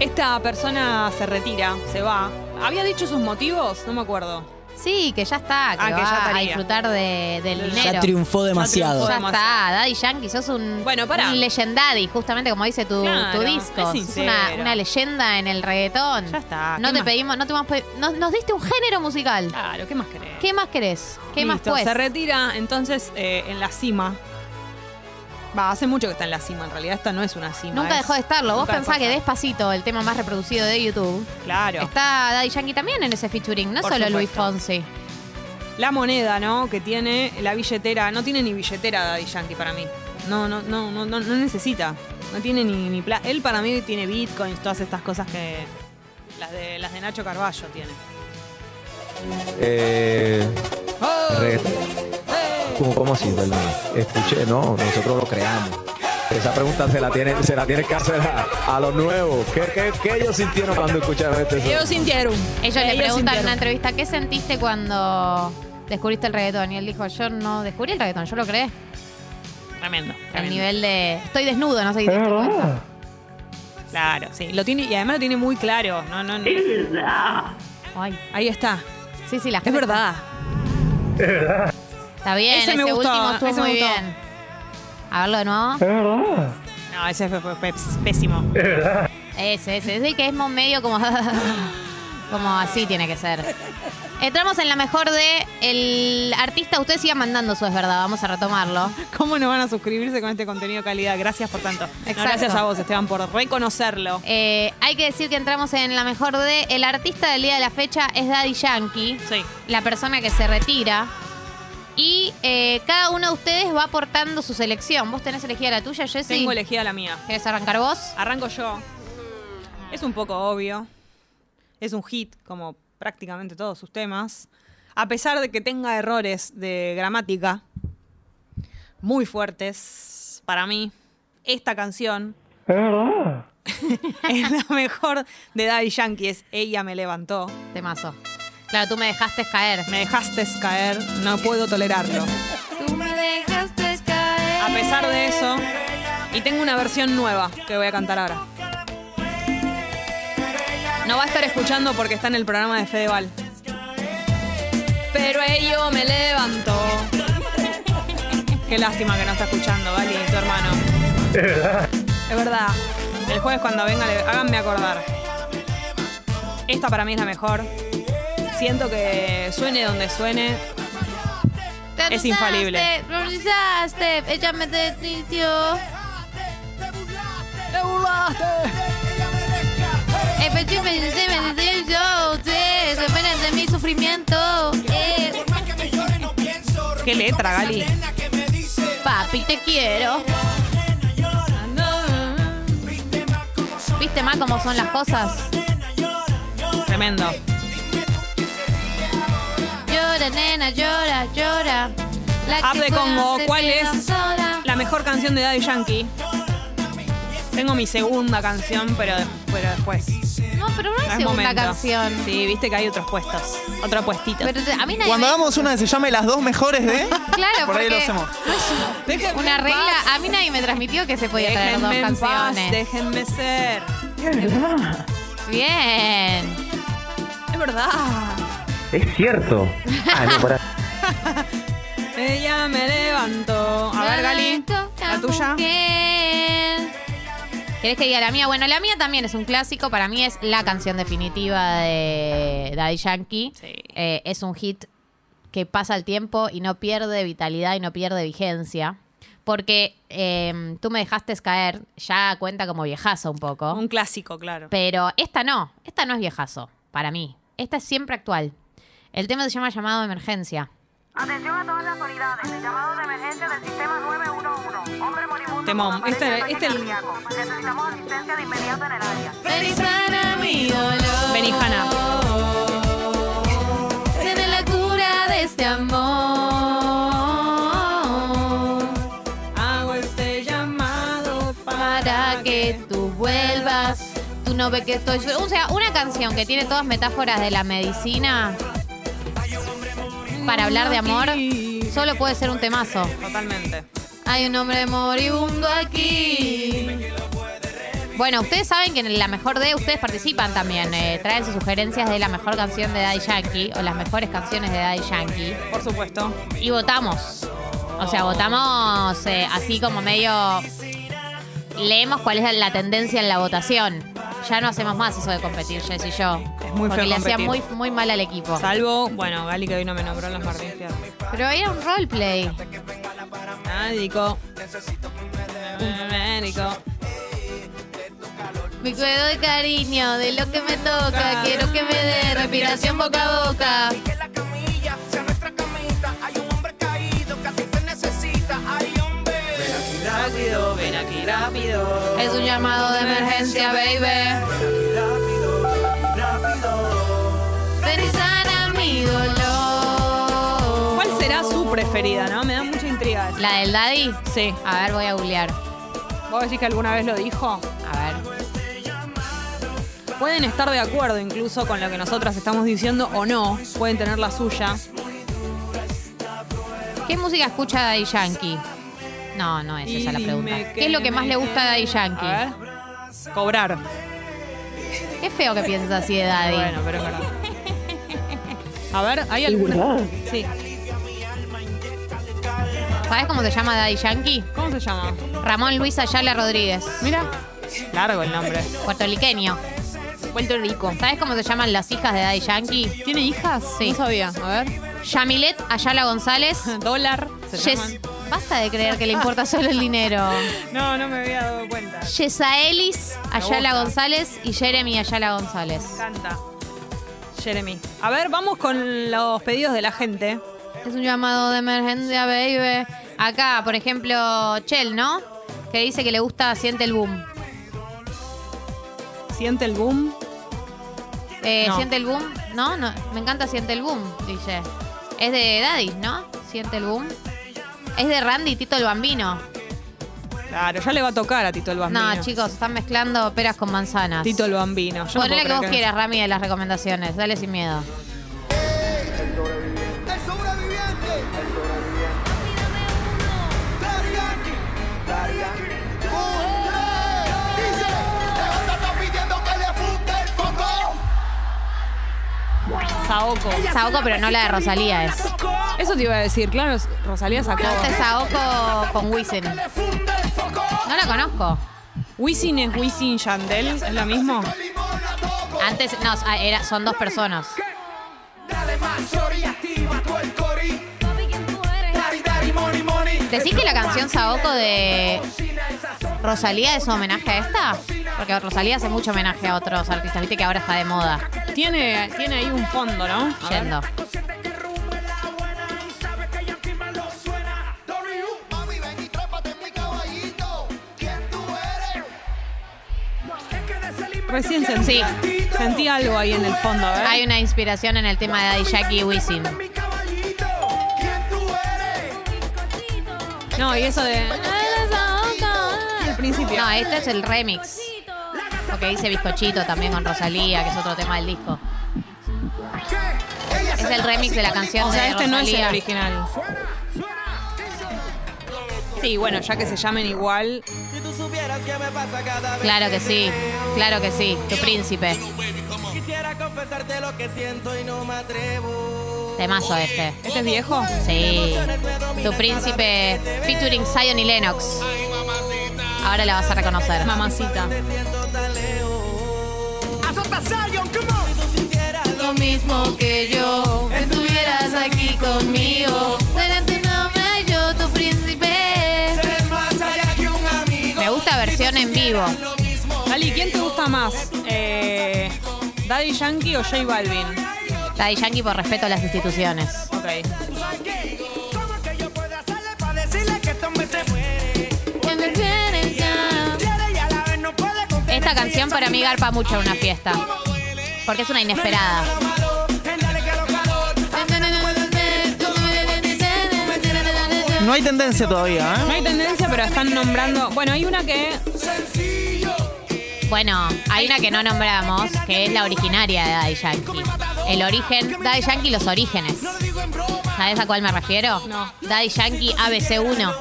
Esta persona se retira, se va. ¿Había dicho sus motivos? No me acuerdo. Sí, que ya está, que, Ah, que va ya estaría. a disfrutar de- del dinero. Ya triunfó triunfó demasiado. Ya Podemos está, Daddy Yankee, sos un, Bueno, pará. un legendaddy, justamente como dice tu, Claro, tu es disco. sos sincero. una, una leyenda en el reggaetón. Ya está. No ¿qué te más? pedimos, no te vamos a pedir- nos, nos diste un género musical. Claro, ¿qué más querés? ¿Qué más querés? ¿Qué más Listo, pues? Se retira entonces eh, en la cima. Va, hace mucho que está en la cima, en realidad esta no es una cima. Nunca es- dejó de estarlo. Vos nunca pensás dejó de que estar. Despacito, el tema más reproducido de YouTube, Claro. está Daddy Yankee también en ese featuring, no Por solo Luis supuesto. Fonsi. La moneda, ¿no? Que tiene la billetera. No tiene ni billetera Daddy Yankee para mí. No, no, no, no, no, no necesita. No tiene ni, ni pla- Él para mí tiene bitcoins, todas estas cosas que. Las de, las de Nacho Carballo tiene. Eh, ¡Oh! reggaetón. ¿Cómo, cómo así, perdón? Escuché, no, nosotros lo creamos. Esa pregunta se la tiene, se la tiene que hacer a, a los nuevos. ¿Qué, qué, qué ellos sintieron cuando escucharon este son? Ellos sintieron. Ellos le preguntan en sintieron. una entrevista, ¿qué sentiste cuando descubriste el reggaetón? Y él dijo, yo no descubrí el reggaetón, yo lo creé. Tremendo. El tremendo. nivel de... Estoy desnudo, no sé si te diste cuenta. Claro, sí. Lo tiene, y además lo tiene muy claro. No, no, no. Ay, Ahí está. sí, sí, la Es gente- verdad. Está bien, Ese ese, me gustó, último estuvo ese me muy gustó. bien. A verlo de nuevo. No, ese fue, fue- fue pésimo. Ese, ese, ese que es mo- medio como. como así tiene que ser. Entramos en la mejor de el artista. Usted siga mandando su es verdad, vamos a retomarlo. ¿Cómo no van a suscribirse con este contenido de calidad? Gracias por tanto. No, Exacto. gracias a vos, Esteban, por reconocerlo. Eh, hay que decir que entramos en la mejor de el artista del día de la fecha es Daddy Yankee, Sí. la persona que se retira. Y eh, cada uno de ustedes va aportando su selección. ¿Vos tenés elegida la tuya, Jessy? Tengo elegida la mía. ¿Querés arrancar vos? Arranco yo. Es un poco obvio. Es un hit, como prácticamente todos sus temas. A pesar de que tenga errores de gramática muy fuertes para mí, esta canción es la mejor de Daddy Yankee. Es Ella me levantó. Temazo. Claro, tú me dejaste caer. Me dejaste caer, no puedo tolerarlo. Tú me dejaste caer. A pesar de eso, y tengo una versión nueva que voy a cantar ahora. No va a estar escuchando porque está en el programa de Fedeval. Pero ello me levantó. Qué lástima que no está escuchando, Vali, tu hermano. Es verdad. El jueves cuando venga, le- háganme acordar. Esta para mí es la mejor. Siento que suene donde suene, Te Es infalible. abusaste, Priorizaste, ella me despidió. Eh, pero yo me dice, me dice yo, te remeras de mi sufrimiento. Eh, Qué letra, Gali. papi, te quiero. ¿Viste más cómo son las cosas? Tremendo. Llora, nena, llora, llora. La App que de fue Congo, hace ¿cuál que es? no sola. La mejor canción de Daddy Yankee. Tengo mi segunda canción, pero, pero después. No No, pero no hay es segunda momento. canción. Sí, viste que hay otros puestos. Otro puestito. Pero te- a mí nadie Cuando me- hagamos una que se llame las dos mejores de. Claro, por ahí lo porque- hacemos. Una regla, a mí nadie me transmitió que se podía traer dos Déjenme en paz, canciones. déjenme ser. Bien. Es verdad. Es cierto. Ah, no, pará. Ella me levantó. A ver, Gali. La tuya. ¿Querés que diga la mía? Bueno, la mía también es un clásico. Para mí es la canción definitiva de Daddy Yankee. Sí. Eh, es un hit que pasa el tiempo y no pierde vitalidad y no pierde vigencia. Porque eh, tú me dejaste caer, ya cuenta como viejazo un poco. Un clásico, claro. Pero esta no, esta no es viejazo, para mí. Esta es siempre actual. El tema se llama llamado de emergencia. Atención a todas las unidades. Llamado de emergencia del sistema 911. Hombre moribundo. Temón. con aparente Este- ataque este- cardíaco. Necesitamos asistencia de inmediato en el área. mi Benihana. la cura de este amor. Hago este llamado Para que tú vuelvas. Tú no ves que estoy. O sea, una canción que tiene todas metáforas de la medicina para hablar de amor. Solo puede ser un temazo. Totalmente. Hay un hombre moribundo aquí. Bueno, ustedes saben que en la mejor de ustedes participan también. eh, traen sus sugerencias de la mejor canción de Daddy Yankee o las mejores canciones de Daddy Yankee. Por supuesto. Y votamos. O sea, votamos eh, así como medio. Leemos cuál es la tendencia en la votación. Ya no hacemos más eso de competir, Jess y yo. Es muy porque feo le hacía muy, competir. muy mal al equipo. Salvo, bueno, Gali que hoy no me nombró en las Martín Fierro. Pero era un roleplay. Médico. Médico. Me cuido de cariño, de lo que me toca. Quiero que me dé respiración boca a boca. Es un llamado de emergencia, baby. Ven y sana mi dolor. ¿Cuál será su preferida, no? Me da mucha intriga. esa. ¿La del daddy? Sí. A ver, voy a googlear. ¿Vos decís que alguna vez lo dijo? A ver. Pueden estar de acuerdo incluso con lo que nosotras estamos diciendo o no. Pueden tener la suya. ¿Qué música escucha Daddy Yankee? No, no es esa la Y pregunta. dime ¿Qué es lo que más me le gusta a Daddy queda. A Yankee? ver. Cobrar. Qué feo que piensas así de Daddy. Bueno, pero es verdad. A ver, ¿hay alguna? Sí. ¿Sabes cómo se llama Daddy Yankee? ¿Cómo se llama? Ramón Luis Ayala Rodríguez. Mira. Largo el nombre. Puertorriqueño. Puerto Rico. ¿Sabes cómo se llaman las hijas de Daddy Yankee? ¿Tiene hijas? Sí. No sabía. A ver. Yamilet Ayala González. Dólar. ¿Se Yes. llaman? Basta de creer que le importa solo el dinero. No, no me había dado cuenta. Me Yesaelis Ayala gusta. González y Jeremy Ayala González. encanta. Jeremy. A ver, vamos con los pedidos de la gente. Es un llamado de emergencia, baby. Acá, por ejemplo, Chel, ¿no? Que dice que le gusta Siente el Boom. Siente el boom. Eh, No. Siente el Boom, ¿no? no, Me encanta Siente el Boom, dice. Es de Daddy, ¿no? Siente el Boom. Es de Randy y Tito el Bambino. Claro, ya le va a tocar a Tito el Bambino. No, chicos, están mezclando peras con manzanas. Tito el Bambino. Yo no puedo Ponle lo que creer vos quieras, Rami, de las recomendaciones. Dale sin miedo. Saoko. Saoko, pero no la de Rosalía es. Eso te iba a decir, claro, Rosalía sacó. No, esta es Saoko con Wisin. No la conozco. Wisin es Wisin Yandel, ¿es lo mismo? Antes, no, ah, era, son dos personas. ¿Decís que la canción Saoko de Rosalía es un homenaje a esta? Porque Rosalía hace mucho homenaje a otros artistas, viste que ahora está de moda, Tiene, tiene ahí un fondo, ¿no? A ver. yendo. Recién sentí, Sí. sentí algo ahí en el fondo, ¿eh? a ver. Hay una inspiración en el tema de Daddy Yankee y Wisin. No, y eso de. ah, Al principio. No, este es el remix. Porque dice Bizcochito también con Rosalía, que es otro tema del disco. Es el remix de la canción o sea, de este no es el Rosalía. original. Sí, bueno, ya que se llamen igual. Claro que sí, claro que sí, tu príncipe. Temazo este. ¿Este es viejo? Sí. Tu príncipe featuring Zion y Lennox. Ahora la vas a reconocer. Mamacita. Lo mismo que yo, estuvieras aquí conmigo. Delante no me yo, tu príncipe. Me gusta versión en vivo. Ali, ¿quién te gusta más? Eh, ¿Daddy Yankee o J Balvin? Daddy Yankee por respeto a las instituciones. Ok. este Esta canción para mí garpa mucho en una fiesta. Porque es una inesperada. No hay tendencia todavía, No ¿eh? hay tendencia, pero están nombrando. Bueno, hay una que. Bueno, hay una que no nombramos, que es la originaria de Daddy Yankee. El origen, Daddy Yankee, los orígenes. ¿Sabes a cuál me refiero? No. Daddy Yankee ABC1.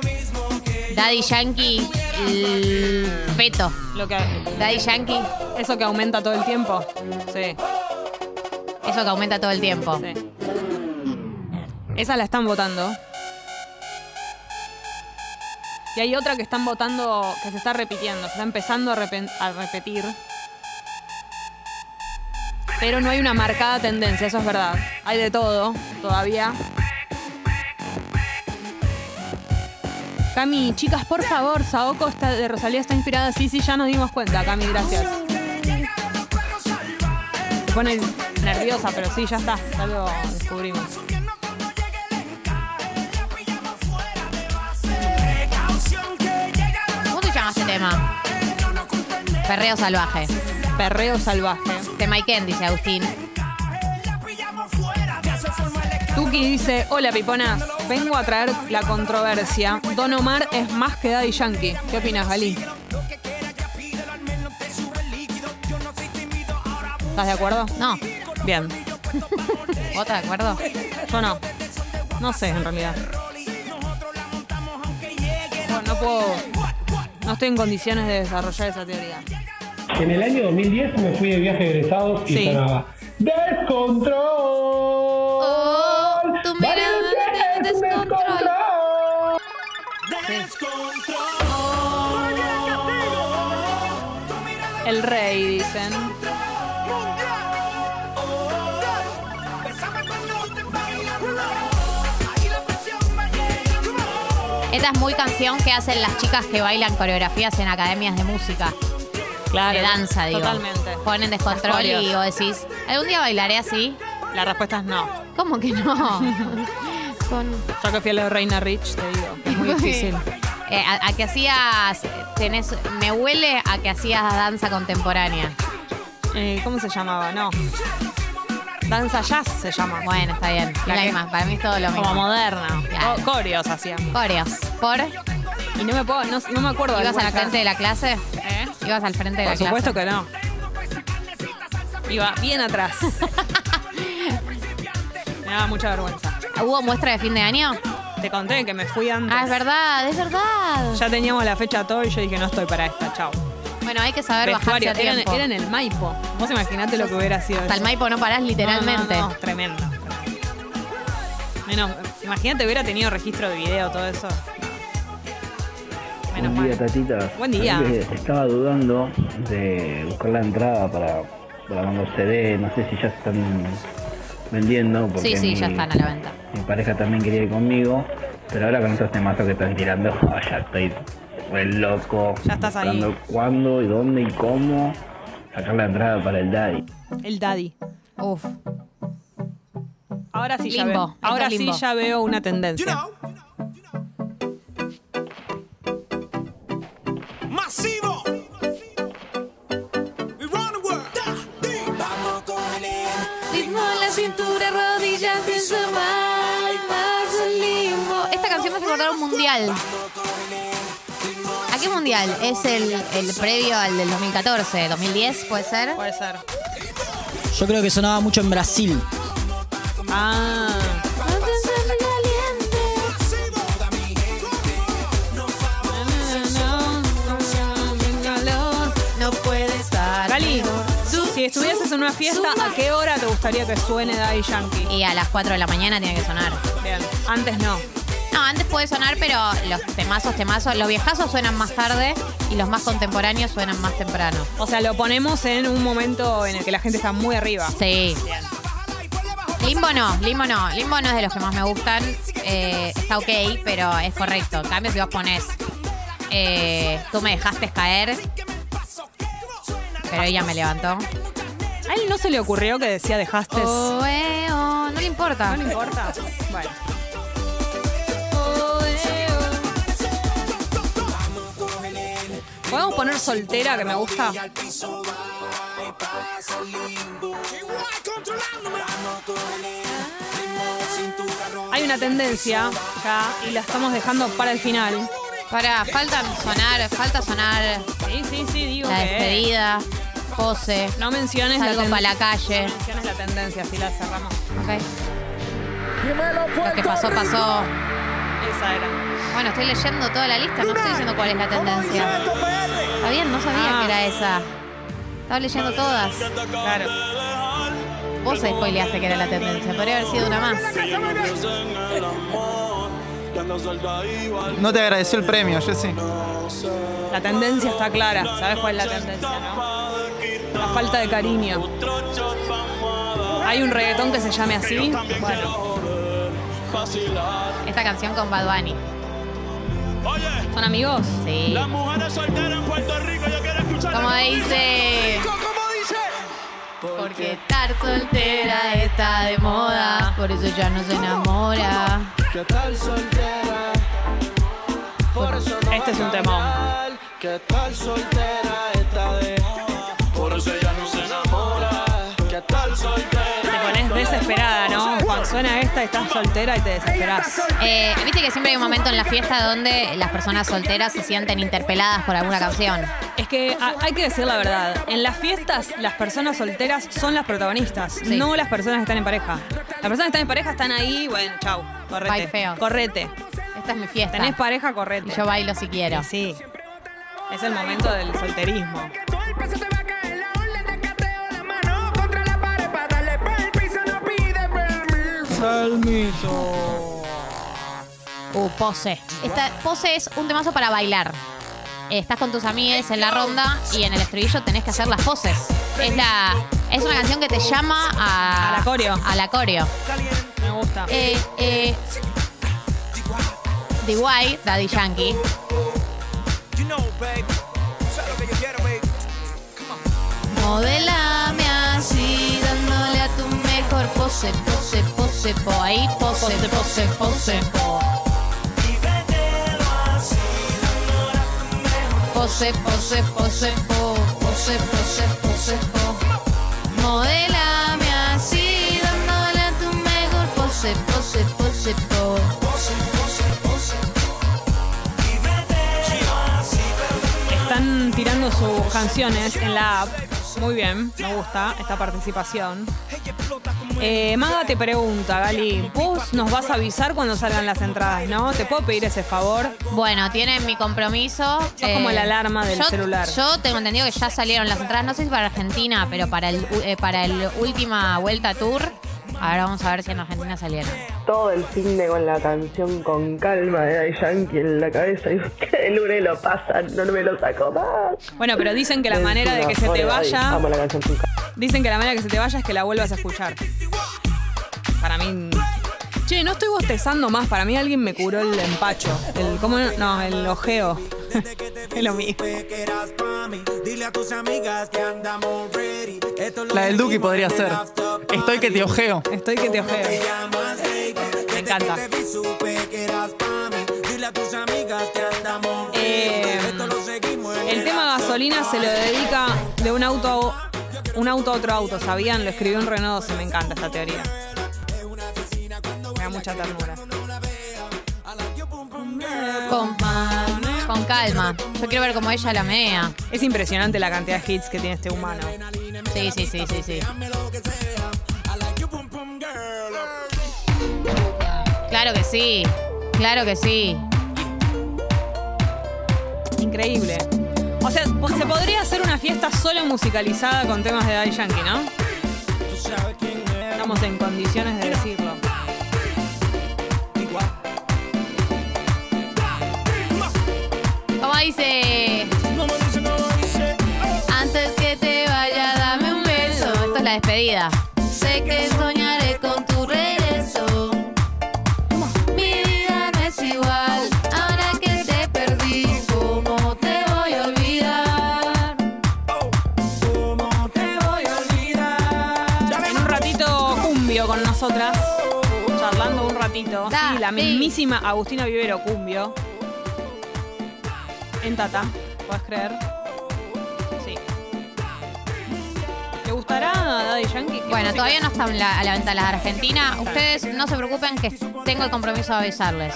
Daddy Yankee el feto. Lo que, Daddy Yankee, eso que aumenta todo el tiempo. Sí, eso que aumenta todo el tiempo. sí. Esa la están votando. Y hay otra que están votando, que se está repitiendo, se está empezando a, repen- a repetir. Pero no hay una marcada tendencia, eso es verdad. Hay de todo todavía. Cami, chicas, por favor, Saoko está- de Rosalía está inspirada. Sí, sí, ya nos dimos cuenta, Cami, gracias. Me pone nerviosa, pero sí, ya está, ya lo descubrimos. ¿Cómo te llama este tema? Perreo salvaje. Perreo salvaje. Tema Iken, dice Agustín. Tuki dice, hola Piponas, vengo a traer la controversia. Don Omar es más que Daddy Yankee. ¿Qué opinas, Galí? ¿Estás de acuerdo? No, Bien. ¿vos estás de acuerdo? Yo no. No sé, en realidad. Bueno, no puedo... No estoy en condiciones de desarrollar esa teoría. En el año 2010 me fui de viaje de egresados y Sí. sonaba ¡Descontrol! Oh, tu ¡Vale, mirada es de un descontrol. El rey, dicen. Esta es muy canción que hacen las chicas que bailan coreografías en academias de música, Claro. de danza, digo. Totalmente. Ponen descontrol Las y vos decís, ¿algún día bailaré así? La respuesta es no. ¿Cómo que no? Con- Yo que fui a la Reina Rich, te digo. Es muy difícil. Eh, a, a que hacías, tenés, me huele a que hacías danza contemporánea. Eh, ¿Cómo se llamaba? No. Danza jazz se llama. Bueno, está bien. La La que- misma, para mí es todo lo Como mismo. moderna. Claro. Co- Coreos hacíamos. Coreos. ¿Por? Y no me puedo, no, no me acuerdo. de ¿Ibas a la alguna. frente de la clase? ¿Eh? ¿Ibas al frente de la Por clase? supuesto que no. Iba bien atrás. me daba mucha vergüenza. ¿Hubo muestra de fin de año? Te conté que me fui antes. Ah, es verdad, es verdad. Ya teníamos la fecha todo y yo dije, no estoy para esta, chao. Bueno, hay que saber bajarse Vestuario, a era, en- tiempo. era en el Maipo. Vos imaginate lo que hubiera sido. Hasta el eso. Maipo no parás literalmente. No, no, no, tremendo. Menos, imagínate hubiera tenido registro de video, todo eso. Menos Buen día, mal. Tatita. Buen día. Sabés que Estaba dudando de buscar la entrada para, para cuando se dé. No sé si ya están vendiendo. Porque Sí, sí, mi, ya están a la venta. Mi pareja también quería ir conmigo. Pero ahora con estos temazos que están tirando, ya estoy re loco. Ya estás ahí. Buscando cuándo y dónde y cómo sacar la entrada para el daddy. El daddy. Uf. Ahora sí ya Limbo, veo. está Ahora limbo. sí ya veo una tendencia. Masivo. We run the world. Da, di. Vamos con él. Ritmo en la cintura, rodillas, piso mal, más el limbo. Esta canción me hace recordar un mundial. ¿A qué mundial? Es el, el previo al del 2014, 2010, puede ser. Puede ser. Yo creo que sonaba mucho en Brasil. Ah. No puede estar. Cali, si estuvieses en una fiesta, ¿a qué hora te gustaría que suene Daddy Yankee? Y a las 4 de la mañana tiene que sonar. Bien. Antes no. No, antes puede sonar, pero los temazos, temazos, los viejazos suenan más tarde y los más contemporáneos suenan más temprano. O sea, lo ponemos en un momento en el que la gente está muy arriba. Sí. Limbo no, limbo no. Limbo no es de los que más me gustan. Eh, está ok, pero es correcto. En cambio, si vos ponés, eh, tú me dejaste caer, pero ella me levantó. A él no se le ocurrió que decía dejaste. Oh, eh, oh, no le importa. No le importa. Bueno. ¿Podemos poner soltera que me gusta? Hay una tendencia ya y la estamos dejando para el final. Para, falta sonar, falta sonar Sí, sí, sí, digo la que despedida, pose, no menciones la, salgo ten- para la calle. no menciones la tendencia si la cerramos. ok. Lo que pasó, pasó. Esa era. Bueno, estoy leyendo toda la lista, no estoy diciendo cuál es la tendencia. pues. Está bien, no sabía Ah. que era esa. Estaba leyendo todas. Claro. Vos spoileaste que era la tendencia. Podría haber sido una más. No te agradeció el premio, Jessy. La tendencia está clara. ¿Sabes cuál es la tendencia, no? La falta de cariño. Hay un reggaetón que se llame así. Bueno, Esta canción con Bad Bunny. ¿son amigos? Sí. Como dice. Porque estar soltera está de moda. Por eso ya no se enamora. Este es un temón. Ah. Te pones desesperada, ¿no? Cuando suena esta, estás soltera y te desesperás. Eh, Viste que siempre hay un momento en la fiesta donde las personas solteras se sienten interpeladas por alguna canción. Es que a- hay que decir la verdad. En las fiestas, las personas solteras son las protagonistas, Sí. no las personas que están en pareja. Las personas que están en pareja están ahí, bueno, chau, correte. Bye, feo. Correte. Esta es mi fiesta. Tenés pareja, correte. y yo bailo si quiero. Y Sí. Es el momento del solterismo. Uh, pose. Esta pose es un temazo para bailar. Eh, Estás con tus amigues en la ronda y en el estribillo tenés que hacer las poses. Es la es una canción que te llama a, A la coreo. A la coreo. Me gusta. Eh, eh, DY, Daddy Yankee. Modelame así, dándole a tu mejor pose, pose, pose, po. Ahí, pose, pose, pose, pose, po. Pose, pose, pose, po. Pose, pose, pose, po. Modelame así, dándole a tu mejor pose, pose, pose, po. Están tirando sus canciones en la app. Muy bien, me gusta esta participación. Eh, Maga te pregunta, Gali, vos nos vas a avisar cuando salgan las entradas, ¿no? ¿Te puedo pedir ese favor? Bueno, tienen mi compromiso. Es Sos como la alarma del yo, celular. Yo tengo entendido que ya salieron las entradas, no sé si para Argentina, pero para el, u- eh, para el última vuelta tour. Ahora vamos a ver si en Argentina salieron. Todo el fin de con la canción con calma de Daddy Yankee en la cabeza y ustedes el lunes lo pasan, no me lo saco más. Bueno, pero dicen que la Es manera de una que se te joda, ay, vaya, Amo la canción con calma. dicen que la manera que se te vaya es que la vuelvas a escuchar. Para mí. Che, no estoy bostezando más, para mí alguien me curó el empacho. El, ¿Cómo? no? No, el ojeo. es lo mío. La del Duki podría ser. Estoy que te ojeo. Estoy que te ojeo. Me encanta. Eh, el tema gasolina se lo dedica de un auto a, o- un auto a otro auto, ¿sabían? Lo escribió un Renault 12, me encanta esta teoría. Me da mucha ternura. Con, con calma. Yo quiero ver cómo ella la mea. Es impresionante la cantidad de hits que tiene este humano. Sí, sí, sí, sí, sí. Claro que sí. Claro que sí. Increíble. O sea, po- se podría hacer una fiesta solo musicalizada con temas de Daddy Yankee, ¿no? Estamos en condiciones de decirlo. ¿Cómo dice? Antes que te vaya, dame un beso. Esto es la despedida. Sé que soñaré con tu regreso. Mi vida no es igual. Ahora que te perdí, ¿cómo te voy a olvidar? En un ratito, Cumbio con nosotras. Charlando un ratito. Da, Sí, la sí. mismísima Agustina Vivero Cumbio. En Tata, ¿puedes creer? Sí. ¿Te gustará Daddy Yankee? ¿Qué Bueno, música? todavía no están la- a la venta las de Argentina. Ustedes no se preocupen que tengo el compromiso de avisarles.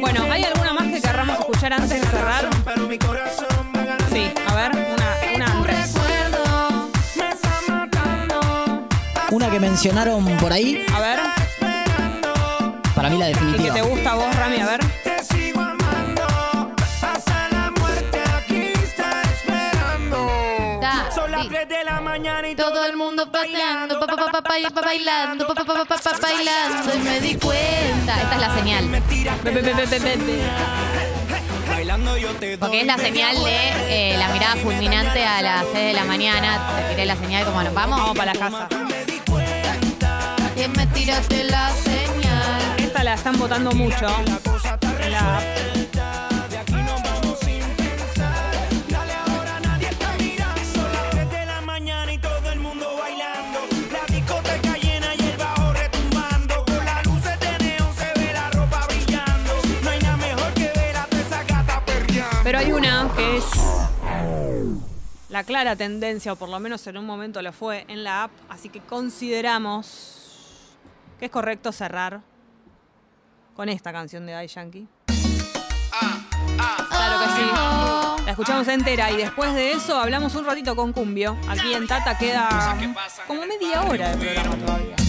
Bueno, ¿hay alguna más que querramos escuchar antes de cerrar? Sí, a ver, una, una antes. Una que me mencionaron por ahí, A ver, para mí la el que definitiva. te gusta a vos, Rami, a ver. Te sigo amando, hasta la muerte aquí está esperando. Da, Son las sí. 3 de la mañana y Todo el mundo bailando, pa, pa, pa, pa, pa, pa, bailando, pa, pa, pa, pa, pa, bailando y me di cuenta. Esta es la señal, Ve, ve, ve, ve, ve, ve. bailando yo te doy. porque es la señal de eh, la mirada fulminante a las 6 de la mañana. Te tiré la señal como nos vamos. Vamos para la casa. También me tiraste la señal. Esta la están votando mucho. En la app. Son las 3 de la mañana y todo el mundo bailando. La discoteca llena y el bajo retumbando. Con las luces de este neón se ve la ropa brillando. No hay nada mejor que ver a toda esa gata perreando. Pero hay una que es la clara tendencia, o por lo menos en un momento lo fue en la app, así que consideramos que es correcto cerrar con esta canción de Dai Yankee. Claro que sí. La escuchamos entera y después de eso hablamos un ratito con Cumbio. Aquí en Tata queda como media hora de programa todavía.